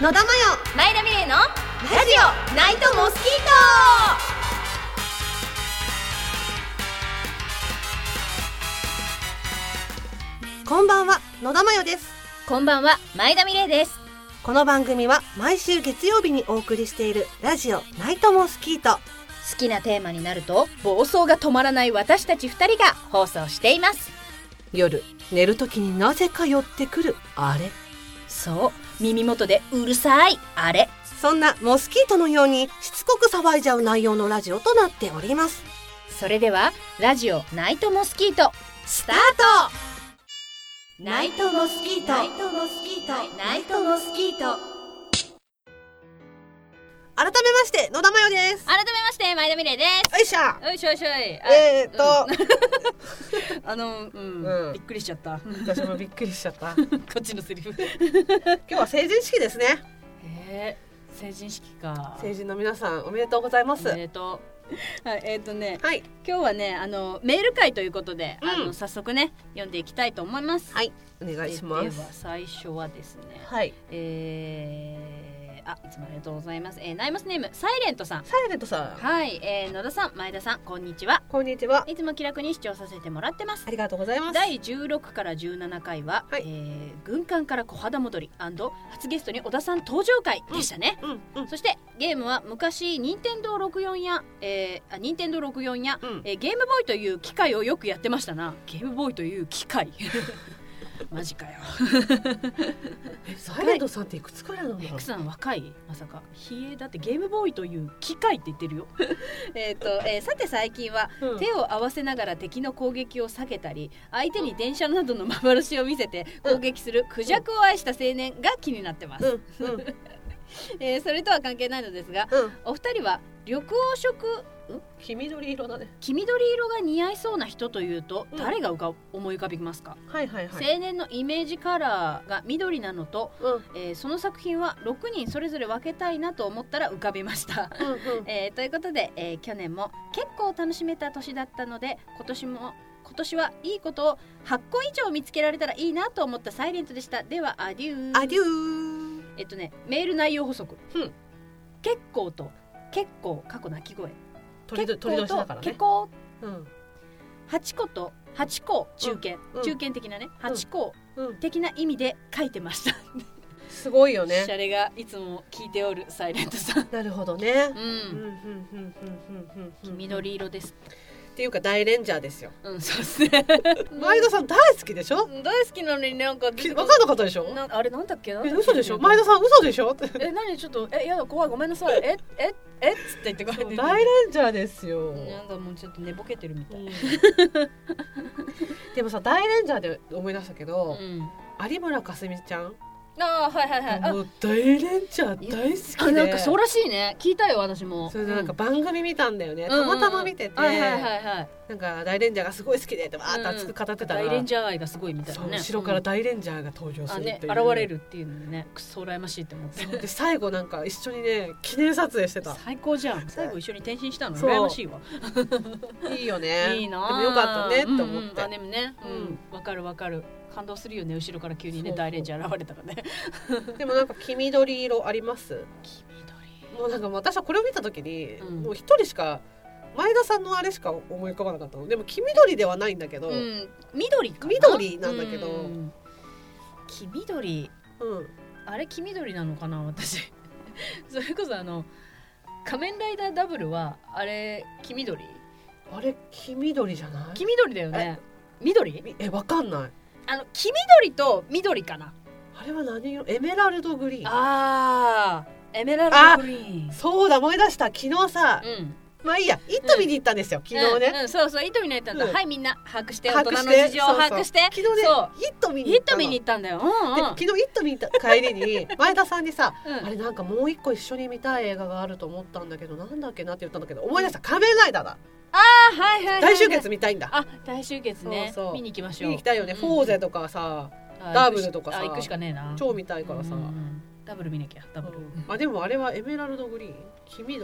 野田真前田美玲のラ代ラジジオナイトモスキーオこんばんは野田真代ですトこんばんは前田美玲ですこの番組は毎週月曜日にお送りしているラジオナイトモスキート好きなテーマになると暴走が止まらない私たち二人が放送しています夜寝る時になぜか寄ってくるあれそう耳元でうるさいあれそんなモスキートのようにしつこく騒いじゃう内容のラジオとなっておりますそれではラジオナイトモスキートスタートナイトモスキーナイトモスキーナイトモスキート改めまして野田真代です改めまして前田美玲ですよいしょよいしょよいしょいあえーっと、うんあのうん、うんびっくりしちゃった こ私もびっくりしちゃった っちのセリフ今日は成人式ですねえー、成人式か成人の皆さんおめでとうございます、おめでとうはいえっ、とねはい今日はねあのメール会ということで、うんあの早速ね読んでいきたいと思いますはいお願いしまえすでは最初はですねはいえー、あいつもありがとうございます、えー、ナイマスネームサイレントさんサイレントさんはい、えー、野田さん前田さんこんにちはこんにちはいつも気楽に視聴させてもらってますありがとうございます第16から17回は、はいえー軍艦から小肌戻り初ゲストに小田さん登場会でしたね、うんうんそしてゲームは昔任天堂64や、えー、あ任天堂64や、うんえーゲームボーイという機械をよくやってましたなゲームボーイという機械 マジか よサイレントさんっていくつからなのエクさん若いまさかひえだってゲームボーイという機械って言ってるよ えっと、えーさて最近はうん手を合わせながら敵の攻撃を避けたり相手に電車などの幻を見せて攻撃するクジャクを愛した青年が気になってます、うんうんえーそれとは関係ないのですがうんお二人は緑黄色黄緑色だね黄緑色が似合いそうな人というとうん誰が浮か思い浮かびますか、はいはいはい青年のイメージカラーが緑なのと、うんうんえーその作品は6人それぞれ分けたいなと思ったら浮かびました うんえーということで、えー去年も結構楽しめた年だったので今年も今年はいいことを8個以上見つけられたらいいなと思ったサイレントでしたではアデューアデューえっとねメール内容補足、うん結構と結構過去鳴き声鳥ど結鳥構年だとからね結構うん8個と8個中堅、うんうん中堅的なね8個うん的な意味で書いてました、すごいよシねャレがいつも聞いておるサイレントさんなるほどねううんうんんうんうんうんうんうん緑色ですっていうか大レンジャーですようんそうですね前田さん 大好きでしょ大好きなのになんかき分かんなかったでしょなあれなんだっけなんだえっけ嘘でしょ前田さん嘘でしょってえ何ちょっとえやだ怖いごめんなさいえええっつって言ってこれて大レンジャーですよなんかもうちょっと寝ぼけてるみたい、でもさ大レンジャーで思い出したけど、ん、有村架純ちゃん、ああはいはいはいあもう大レンジャー大好きあでなんかそうらしいね聞いたよ私もそれでなんかう番組見たんだよね、うんうんうんたまたま見てて、はいはいはいはいなんか大レンジャーがすごい好きでってわーって熱く語ってたら、大レンジャー愛がすごいみたいそなうね後ろから大レンジャーが登場うんあするっていねう、現れるっていうのねくそ羨ましいって思ってそうで最後なんか一緒にね記念撮影してた最高じゃん最後一緒に転身したのそう羨ましいわいいよね いいなあでもよかったねって思っうんうんあて、でもねううんんわ、かるわかる感動するよね後ろから急にねそうそう大レンジャー現れたらねでもなんか黄緑色あります黄もうなんかもう私はこれを見た時に、うんもう一人しか前田さんのあれしか思い浮かばなかったのでも黄緑ではないんだけど、うん緑、うん、緑かな緑なんだけどうん黄緑あれ黄緑なのかな私 それこそあの「仮面ライダーダブル」はあれ黄緑あれ黄緑じゃない黄緑だよね緑みえわかんないあの黄緑と緑かなあれは何色エメラルドグリーンあーエメラあルドグリーンそうだ思い出した昨日さ、うんまあいいや「イット!」見に行ったんですよ、昨日ね、うんうん、そうそう糸見に行ったんだ、うんはいみんな把握して大把握し人のて事情を把握して昨日ねそう「イット!」見にヒ行っットたの見に行ったんだようんうんで昨日「イット!」見た帰りに前田さんにさ「うんあれなんかもう一個一緒に見たい映画があると思ったんだけどなんだっけな」って言ったんだけど思い出した「仮面ライダーだ」あはいはいはいはい大集結見たいんだあ大集結ねそうそう見に行きましょ見にう行きたいよね、んフォーゼとかさあダブルとかさあ行くしかねえな超見たいからさ、うんうんダブル見なきゃダブル、あでもあれはエメラルドグリーン黄緑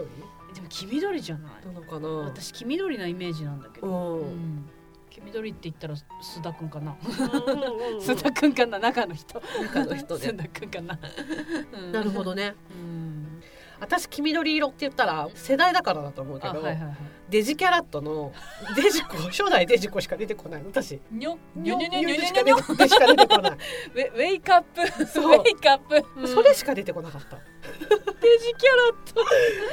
でも黄緑じゃないなのかな私黄緑なイメージなんだけど、う、うんん黄緑って言ったら須田くんかな須須田くんかな中の人中の人で須田くんかな、うんなるほどねうん私黄緑色って言ったら世代だからだと思うけあはど、いはいはいデジキャラットのデジコ初代デジコしか出てこないの私にょにょにょにょにょしにかょ出にょてでしか出てこないウェウェイクアップウそうェイクアップそれしか出てこなかったデジキャラット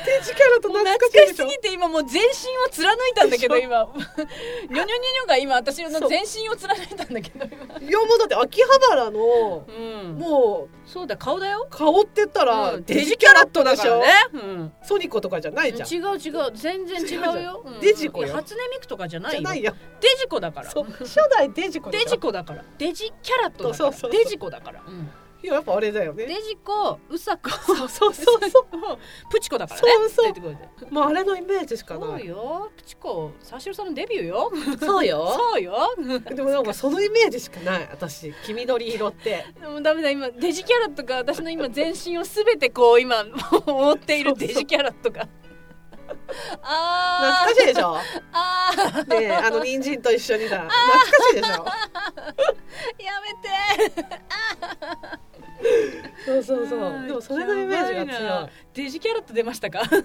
デジキャラットもう懐か懐かしいでししすょぎて今もう全身を貫いたんだけどで今 にょにょにょにょが今私のそう全身を貫いたんだけど今いやもうだって秋葉原のうんもうそうだ顔だよ顔って言ったら、うんデジキャラットでしょ、ね、うんソニコとかじゃないじゃん違う違う全然違うようんデジコよいや初音ミクとかじゃないじよゃないよデジコだからそう初代デジコでデしょジコだからデジキャラットだからそうそうそうデジコだから、うんいややっぱあれだよデねジコウサコそうそうそう そうプチコだからねそうそう出てくるでもうあれのイメージしかなそういよプチコ三四郎さんのデビューよ そうよそうよでもなんかそのイメージしかない私黄緑色ってもうダメだ今デジキャラットが私の今全身をすべてこう今もう覆っているデジキャラッ トが あー懐かしいでしょあー ねえあの人参と一緒にだ懐かしいでしょやめてそうそうそあうでもそれのイメージがやばいな強デジキャラット出ましたか、いそ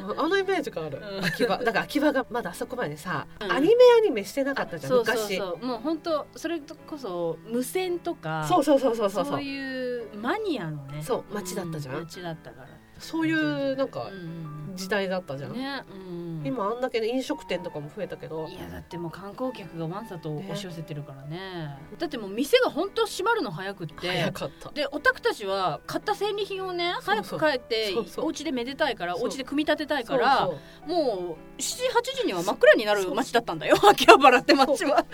うあのイメージがあるうん秋葉だから秋葉がまだあそこまでさうんアニメアニメしてなかったじゃんそうそう昔そうもう本当それこそ無線とかそうそうそうそうそうそそうういうマニアのねそう街だったじゃんう街だったからそういうなんかうんうん時代だったじうゃんんね、うん、今あんだけね飲食店とかも増えたけどいやだってもう観光客がわんさと押し寄せてるからねだってもう店が本当閉まるの早くって早かったでオタクたちは買った戦利品をねそう早そくう帰ってそうそうお家でめでたいからそうお家で組み立てたいからそうもう7時8時には真っ暗になる街だったんだよ秋葉原って街は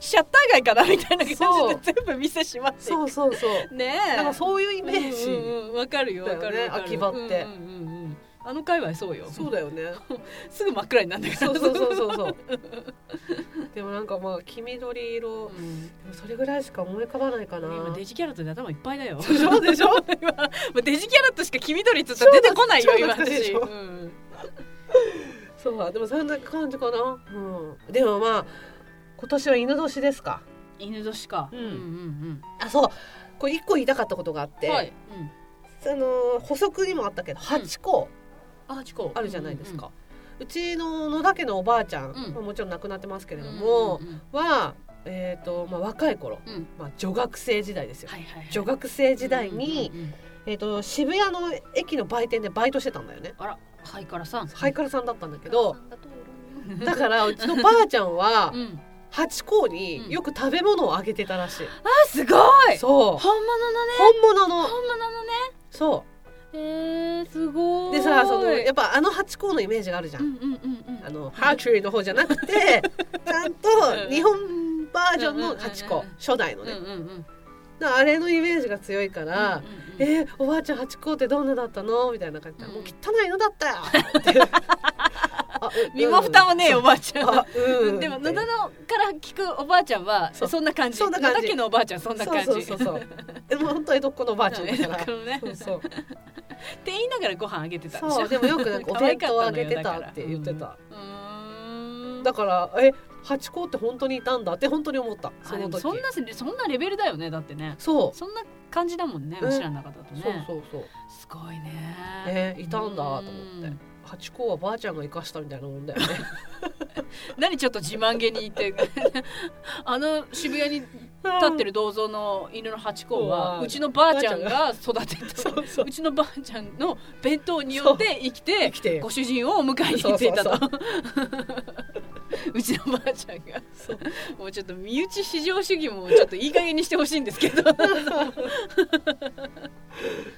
シャッター街かなみたいな感そじうで全部店閉まっていそうそうそうそうくねえなんかそういうイイメージ、わかるよわかるだよねわかる秋葉ってうんうんうんうんあの界隈そうよそうだよねすぐ真っ暗になるんだから そうそうそうそうそう でもなんかまあ黄緑色でうんもそれぐらいしか思い浮かばないかな今デジキャラットで頭いっぱいだよ。で しょでしょ今もうデジキャラットしか黄緑っつったら出てこないよそう今だそうだ私。そうだうんそうでもそんな感じかなうんでもまあ今年は犬年ですか犬年か。うんうんうんあそうこれ一個言いたかったことがあって、うん。はい。あのー補足にもあったけど8個うん。あちこあるじゃないですか、うちの野田家のおばあちゃん、うんまあ、もちろん亡くなってますけうれんどうん。も、うんうんうんは、えーとまあ、若い頃、うんまあ、女学生時代ですよ、はいはいはい。女学生時代に、うんうんうん。えー、と渋谷の駅の売店でバイトしてたんだよねあらハイカラさん。ハイカカラさんだったんだけどラだからうちのばあちゃんはうん。ハチ公によく食べ物をあげてたらしい、あすごい。そう本物のね。本物の本物のね。そえーすごうい。でさそのやうっぱあのハチ公のイメージがあるじゃん、んうんうんうん。あのハーチュリーの方じゃなく てちゃんと日本バージョンのハチうん公うんうんうん初代のうんうねんうん。だからあれのイメージが強いから、うんうんうんえーおばあちゃんハチ公ってどんなだったのみたいな感じで、うんもう汚いのだったよって あう身も蓋もねえおばあちゃん。あうん でも野田のから聞くおばあちゃんはそうそんな感じそんな感じ野田家のおばあちゃんそんな感じそうそうそうそうでも本当にどこのばあちゃんだかだら からねそうそうって言いながらご飯あげてたんでしょそうでもよくなんかお可愛弁かった当のよをあげてたって言ってだたうーんだからえハチ公って本当にいたんだって本当に思ったそあでのも時そんなそんなレベルだよねだってねそうそんな感じだもんねうんうちらの中だとねそうそうそうすごいねねいたんだと思ってうんハチ公はばあちゃんが生かしたみたいなもんだよ ね何ちょっと自慢げに言って あの渋谷に立ってる銅像の犬のハチ公はうんうちのばあちゃんが育て たそうそううちのばあちゃんの弁当によって生きて生きてよご主人をお迎えに行っていたそとうう ちのばあちゃんがそうもうちょっと身内至上主義もちょっといい加減にしてほしいんですけどなる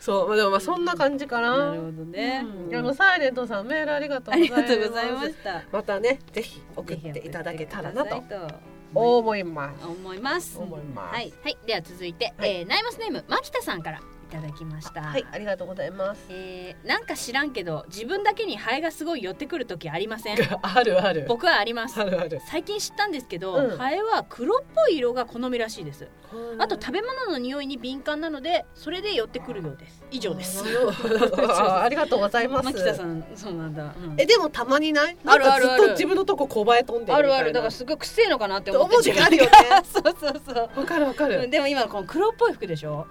そうまあでもまあそんな感じかなほどね、うんあのサイレントさんメールありがとうあございりますがとうございましたまたねぜひ送っていただけたらなぜとひ送ってくださいと思います思います思いますはい、はい、では続いて、はいえーナイマスネーム牧田さんからいただきました。はい、ありがとうございます。えーなんか知らんけど自分だけにハエがすごい寄ってくる時ありません あるある。僕はありますあるある。最近知ったんですけど、うんハエは黒っぽい色が好みらしいですあと食べ物の匂いに敏感なのでそれで寄ってくるようです以上ですなるほどあありがとうございます。牧田さんそうなんだ、うんえでもたまにない？あるあるあるなんかずっと自分のとこ小映飛んでるみたいな。あるあるだからすごいくせえのかなって思思ってう時あるよね。 そうそうそうわかるわかうんる。でも今この黒っぽい服でしょ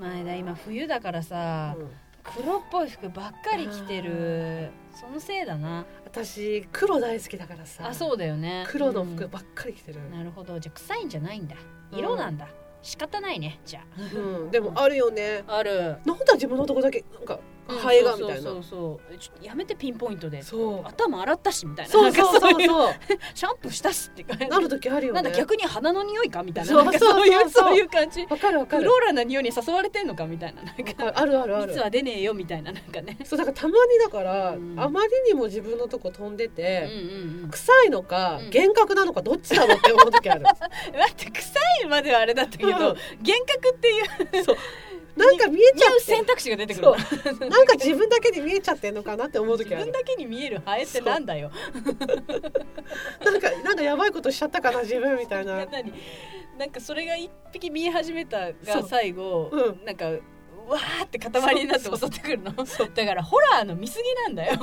うん前田今冬だからさ黒っぽい服ばっかり着てるそのせいだな私黒大好きだからさ。あそうだよね黒の服うんばっかり着てる。なるほどじゃあ臭いんじゃないんだうん色なんだ、仕方ないねじゃうん。でもあるよね。 ああるなんだ自分のとこだけなんかハエがみたいなそ。うそうそうそうちょっとやめてピンポイントでそう。頭洗ったしみたいなそうそう なんかそういそう。シャンプーしたしって感じなる時あるよなね。んだ逆に鼻の匂いかみたいなそうなんかそういうそうそうそうそういう感じわかるわかフるロ。ーラな匂いに誘われてんのかみたいななんかああるあるある実。は出ねえよみたいななんかねそうだからたまにだから、うんあまりにも自分のとこ飛んでうんうんて、うん臭いのか、うん幻覚なのかどっちなのって思う時あ る待って臭いまではあれだったけどうん幻覚っていうなんか見えちゃ似合うっ選択肢が出ててくるそなうなんか自分だけに見えちゃってんのかなって思う自時あ分るだけに見えるハエってなんだよなんかなんかやばいことしちゃったかな自分みたいな何なんかそれが一匹見え始めたそうが最後、うなんかわーって塊になって そう襲ってくるのだからホラーの見過ぎなんだよ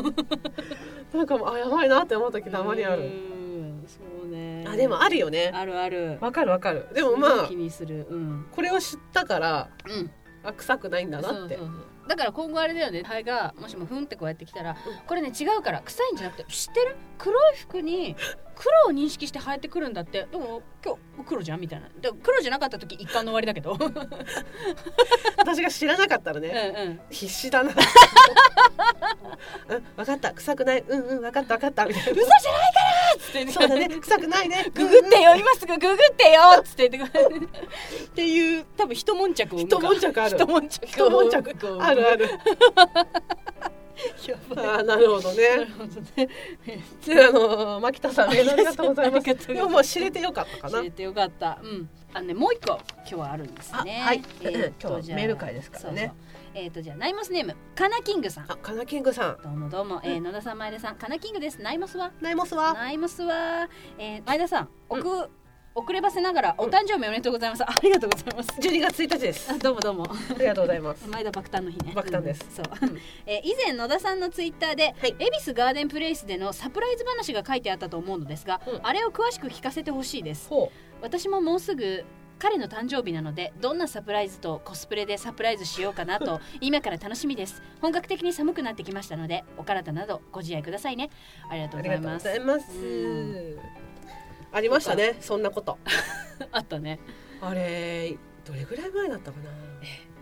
なんかもうあやばいなって思う時たまにあうるんそうねあでもあるよねあるあるわかるわかるでもまあ気にするうん、これを知ったからうん、あ臭くないんだなってそうそうそうだから今後あれだよねハエがもしもふんってこうやってきたら、これね違うから臭いんじゃなくて知ってる黒い服に黒を認識して生えてくるんだってでも今日黒じゃんみたいなでも黒じゃなかった時一巻の終わりだけど うん私が知らなかったらね、うん必死だなうん分かった臭くないうんうん分かった分かったみたいな嘘じゃないからつってそうだね臭くないねググってよ今すぐググってよっつって言ってくるっていう多分一悶着を生む一悶着ある一悶着一悶着あるあるやばいあーなるほどなねるほどねであの牧田さ んメールありがとうございまありがすとうございますでももう知れてよかったか知なれてよかったうんあのねもう一個今日はあるんですねあはいーっ今日とはじゃあメール会ですからねそうそうえーっとじゃあナイモスネームカナキングさんあカナキングさんどうもどうも、えうー、野田さん前田さんカナキングですナイモスはナイモスはナイモスは、えー、前田さんうん遅遅ればせながらお誕生日おめでとうございますありがとうございます12月1日ですあどうもどうもありがとうございます毎度爆誕の日ね爆誕ですうんそう、 えー以前野田さんのツイッターで、はい恵比寿ガーデンプレイスでのサプライズ話が書いてあったと思うのですが、うんあれを詳しく聞かせてほしいですほ私ももうすぐ彼の誕生日なのでどんなサプライズとコスプレでサプライズしようか なと今から楽しみです本格的に寒くなってきましたのでお体などご自愛くださいねありがとううあごりざがいとうごまざいますすうんありましたねそんなことあったねあれどれぐらい前だったかな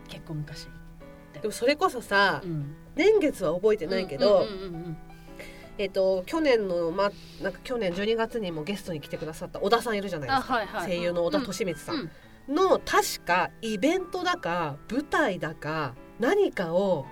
結構昔でもそれこそさうん年月は覚えてないけど、うんうんうんうんえっ、と去年のまなんか去年12月にもゲストに来てくださった小田さんいるじゃないですあかはいはい声優の小田利光さうんんの確かイベントだか舞台だか何かを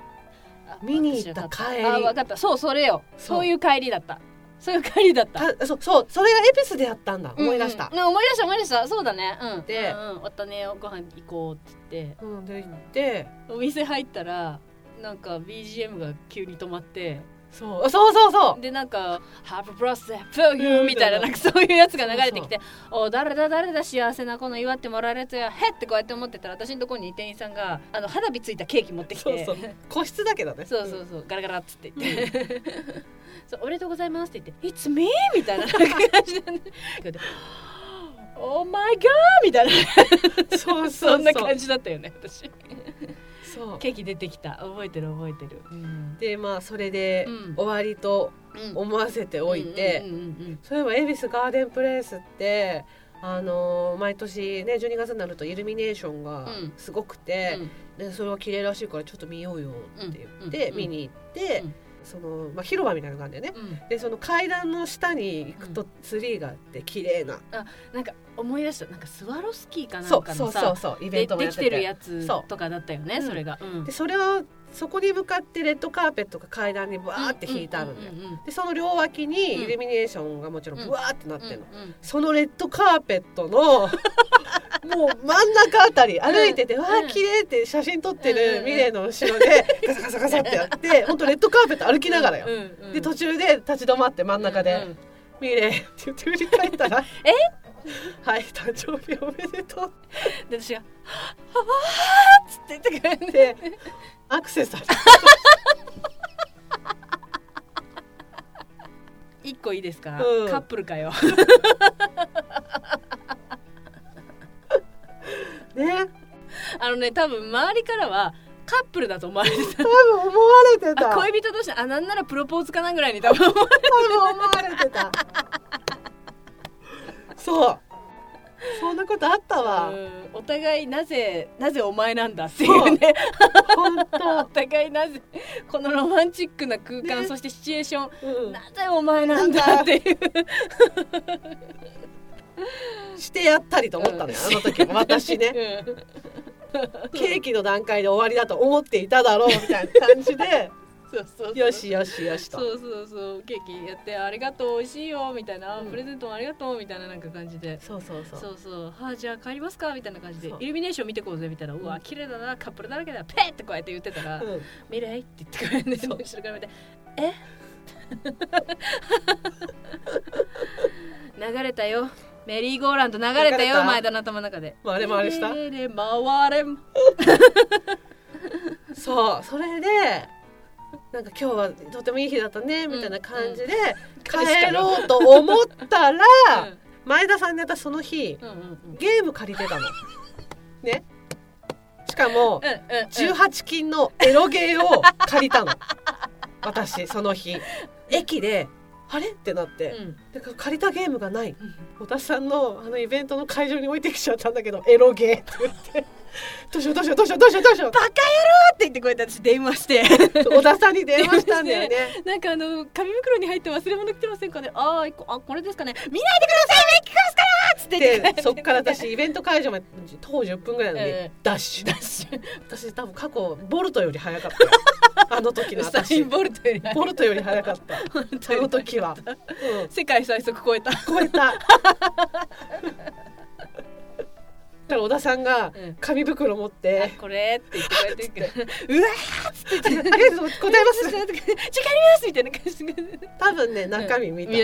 あ見に行った帰りあ分かったそうそれよそうそういう帰りだったそういう帰りだったたそうそうそれがエピスでやったんだ思い出したうん、うん思い出した思い出したそうだねうんでうんうん、おったねご飯行こうって言ってうん、で行ってお店入ったらなんか BGM が急に止まってそうあそうそうそうでなんか「ハッピーブラスデープユー」みたいななんかそういうやつが流れてきて「お誰だ誰だ幸せなこの祝ってもらえるやつやへっ」ってこうやって思ってたら私のところに店員さんがあの花火ついたケーキ持ってきてそうそう個室だけどねそうそうそう、ガラガラっつって言って、 そうおめでとうございますって言って、It's me! みたいな感じで、ね、Oh my god! みたいな、うんそうそうそんな感じだったよね、私。そうケーキ出てきた、覚えてる覚えてる。うん、でまあそれでうん終わりとうん、思わせておいて、うんうんうんそういえば恵比寿ガーデンプレイスってあのー毎年ね12月になるとイルミネーションがうんすごくうんてう、んでそれは綺麗らしいからちょっと見ようよって言って、うんうん見に行って、うんそのまあ、広場みたいなのがあるんだよね。うんでその階段の下に行くうとツリーがあって綺麗な、なんか思い出した、なんかスワロフスキーかなそんうかそのうそうさ、そうイベでントもでやっきてててるやつそうとかだったよね、うんそれが。うんでそれをそこに向かってレッドカーペットが階段にバーって引いてあるんだよでその両脇にイルミネーションがもちろんブワーってなってるの、そのレッドカーペッ トのもう真ん中あたり歩いてて、うんわあ綺麗って写真撮ってうるんミレーの後ろでガサガサガサってやって 本当レッドカーペット歩きながらよ、で途中で立ち止まって真ん中で「ミレー」って言って振り返ったら「えはい誕生日おめでとう」で私が「はあ」っつって言ってくれる ってアクセサリー一個いいですか、うんカップルかよねあのね多分周りからはカップルだと思われて多分思われてたたあ多恋人同士あなんならプロポーズかなぐらいに多分思われ分思われてたそうそんなことあったわうんお互いなぜなぜお前なんだっていうね本お互いなぜこのロマンチックな空間、ねそしてシチュエーション当、うんなぜお前なんだっていうしてやったりと思ったのよ、あの時 も私ねうんケーキの段階で終わりだと思っていただろうみたいな感じ でそうそうそうよしよしよしとそうそうそうケーキやってありがとう美味しいよみたいな、あうんプレゼントもありがとうみたいななんか感じでそうそうそうそうそうはあじゃあ帰りますかみたいな感じでそうイルミネーション見てこうぜみたいなうわ綺麗だなカップルだらけだペッってこうやって言ってたらうん「ミレイ」って言ってくれるんですよ後ろから見て「 え流れたよメリーゴーランド流れた流れよた前田の頭の中で回れ回れしたレレレ回れんそうそれでなんか今日はとてもいい日だったねみたいな感じで帰ろうと思ったら、前田さんに私その日うんうんうんうんゲーム借りてたの。ねしかもうんうん18金のエロゲーを借りたの私その日駅であれってなって、うんだから借りたゲームがない小田さんのあのイベントの会場に置いてきちゃったんだけどエロゲーって言って 「どうしようどうしようどうしようどうしようどうしようバカ野郎って言ってこうやって私電話して小田さんに電話したんだよ ね。なんかあの紙袋に入って忘れ物来てませんかねあー一個あこれですかね見ないでくださいメイクカスからつって言ってでそっから私イベント会場まで徒歩10分ぐらいなのに、ええダッシュ ダッシュ私多分過去ボルトより早かった あの時のウサイ私ンボルトより早いボルトより早かったその時 は、うん、世界最速超えた超えただから小田さんがうん紙袋持ってこれって言ってこうやって言う からうわ 「ありがとうござい ますちょっと待って時間ありますみたいな感じで」多分ね中身見た、見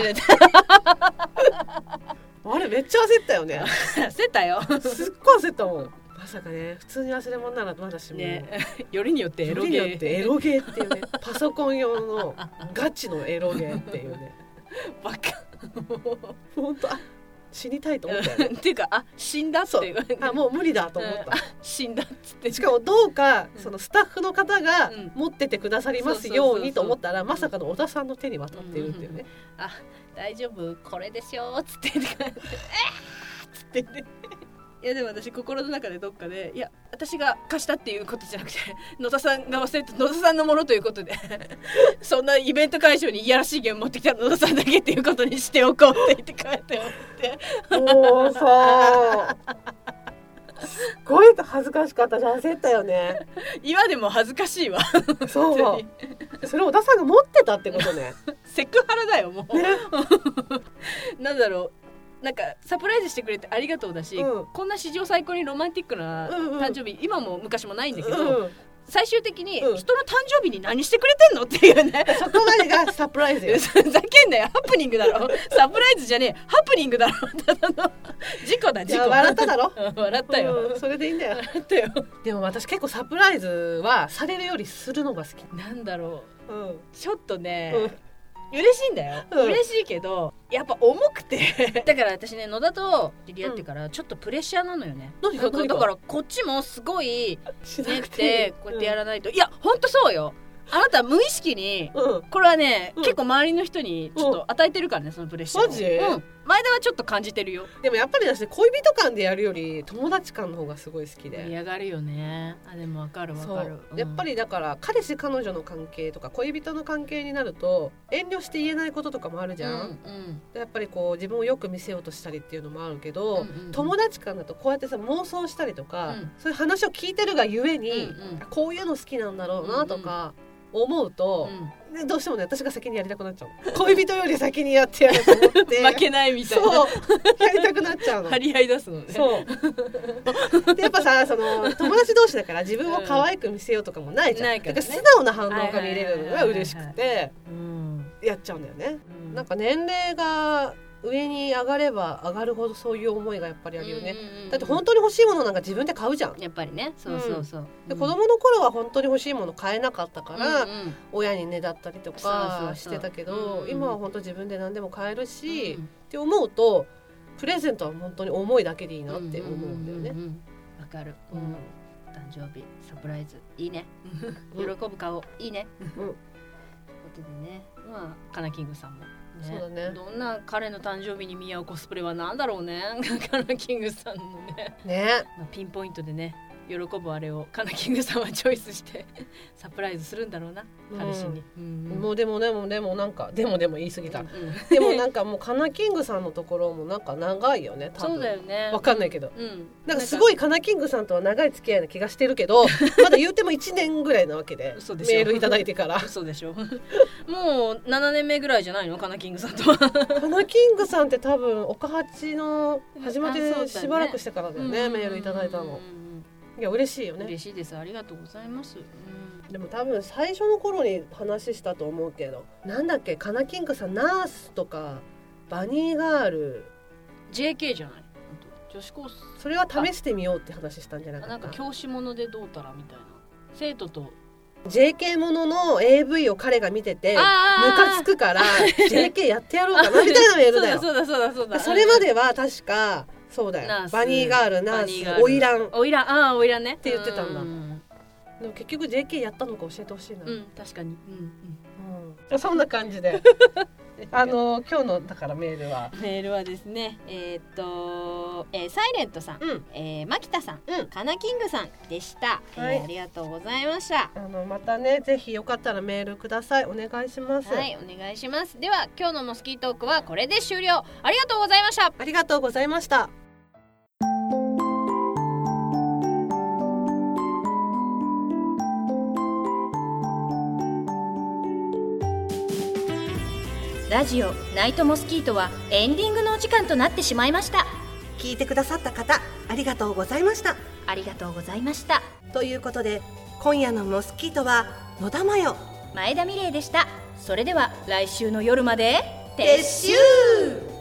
あれめっちゃ焦ったよ ねたせたよすっごい焦ったもんまさかね普通に忘れ物ならまだしも、ねよりによってエロゲよりによーってエロゲーっていうねパソコン用のガチのエロゲーっていうねバカ本当あ死にたいと思ったよね っていうかあ死んだってそう言われてあもう無理だと思った、死んだっつってしかもどうかそのスタッフの方がうん持っててくださりますようにと思ったらそうまそうそうそうさかの小田さんの手に渡っているっていうね、あ大丈夫これですよっつって言ってえーっつって言っていやでも私心の中でどっかでいや私が貸したっていうことじゃなくて 野田さんが忘れて野田さんのものということで そんなイベント会場にいやらしいゲーム持ってきた野田さんだけっていうことにしておこうって言って帰って思ってもうさすっごい恥ずかしかったじゃん焦ったよね 今でも恥ずかしいわそ本当うにそれ小田さんが持ってたってことね セクハラだよもう、 ねなんだろうなんかサプライズしてくれてありがとうだし、うんこんな史上最高にロマンティックなうんうん誕生日、今も昔もないんだけど、うん最終的に人うのん誕生日に何してくれてんのっていうねそこまでがサプライズ よ ふざけんなよハプニングだろサプライズじゃねえハプニングだろただの事故だい事や故笑っただろうん笑ったよ、うんそれでいいんだよ笑ったよでも私結構サプライズはされるよりするのが好きなんだろううん、ちょっとね、うん嬉しいんだよ、うん嬉しいけどやっぱ重くてだから私ね野田と知り合ってからちょっとプレッシャーなのよね、何がだから何がだからこっちもすごいしねってこうやってやらないと、いやほんとそうよあなた無意識にうん、うん、これはね、うん結構周りの人にちょっと与えてるからねそのプレッシャーをマジうん前田はちょっと感じてるよでもやっぱり私恋人間でやるより友達間の方がすごい好き盛でり上がるよねあでもわかるわそかるう、やっぱりだから彼氏彼女の関係とか恋人の関係になると遠慮して言えないこととかもあるじうんゃん、でやっぱりこう自分をよく見せようとしたりっていうのもあるけうど、んうん友達間だとこうやってさ妄想したりとか、うんそういう話を聞いてるがゆえに、うんうんこういうの好きなんだろうなとか思うと、うねどうしてもね私が先にやりたくなっちゃうの恋人より先にやってやると思っ て負けないみたいなそうやりたくなっちゃうの張。り合い出すのねそうでやっぱさその友達同士だから自分を可愛く見せようとかもないじゃん、ないからねだ素直な反応が見れるのが嬉しくてんやっちゃうんだよね。うんなんか年齢が上に上がれば上がるほどそういう思いがやっぱりあるよね。うんうんうんだって本当に欲しいものなんか自分で買うじゃん。やっぱりねそうそうそう、で子供の頃は本当に欲しいもの買えなかったから、うんうん親にねだったりとそうそうかそうしてたけうんどうん今は本当自分で何でも買えるし、うんって思うとプレゼントは本当に思いだけでいいなって思うんだようね。んうんうんうんわかる、ううんん、誕生日サプライズいい ね喜うんぶ顔いいね、うんということでねまあカナキングさんも、ね、そうだねどんな彼の誕生日に見合うコスプレは何だろうね カナキングさんのね、ねまあ、ピンポイントでね喜ぶあれをカナキングさんはチョイスして サプライズするんだろうな彼氏に、うんうんもうでもでもでもなんかでもでも言い過ぎた、 うんうんでもなんかもうカナキングさんのところもなんか長いよね多分そうだよねわかんないけどうんなんかすごいカナキングさんとは長い付き合いな気がしてるけ どまだ言うても1年ぐらいなわけで嘘でしょメールいただい てから嘘でしょもう7年目ぐらいじゃないのカナキングさんとはカナキングさんって多分岡八の始まっあそうだねてしばらくしてからだよねメールいただいたうんうんのうんいや嬉しいようんね嬉しいですありがとうございます、うんでも多分最初の頃に話したと思うけどなんだっけカナキングさんナースとかバニーガール JK じゃないあと女子高生それは試してみようって話したんじゃなあかなっんかた教師ものでどうたらみたいな生徒と JK ものの AV を彼が見ててムカつくくから JK やってやろうかなみたいなメールだよそうだそうだそうだそうだそれまでは確かそうだナーよスバニーガールナバニーガーースルオイランおいらああおいらねって言ってたんだうん、でも結局 JK やったのか教えてほしいな、うん確かに、うんうんそんな感じ であの今日のだからメールはメールはですねえーっと、えーサイレントさん、うんえー、牧田さん、うんカナキングさんでした、はいえーありがとうございましたあのまたねぜひよかったらメールくださいお願いします、はいお願いしますでは今日のモスキートークはこれで終了ありがとうございましたありがとうございましたラジオナイトモスキートはエンディングのお時間となってしまいました聞いてくださった方ありがとうございましたありがとうございましたということで今夜の「モスキート」は野田真代前田美玲でしたそれでは来週の夜まで撤撤収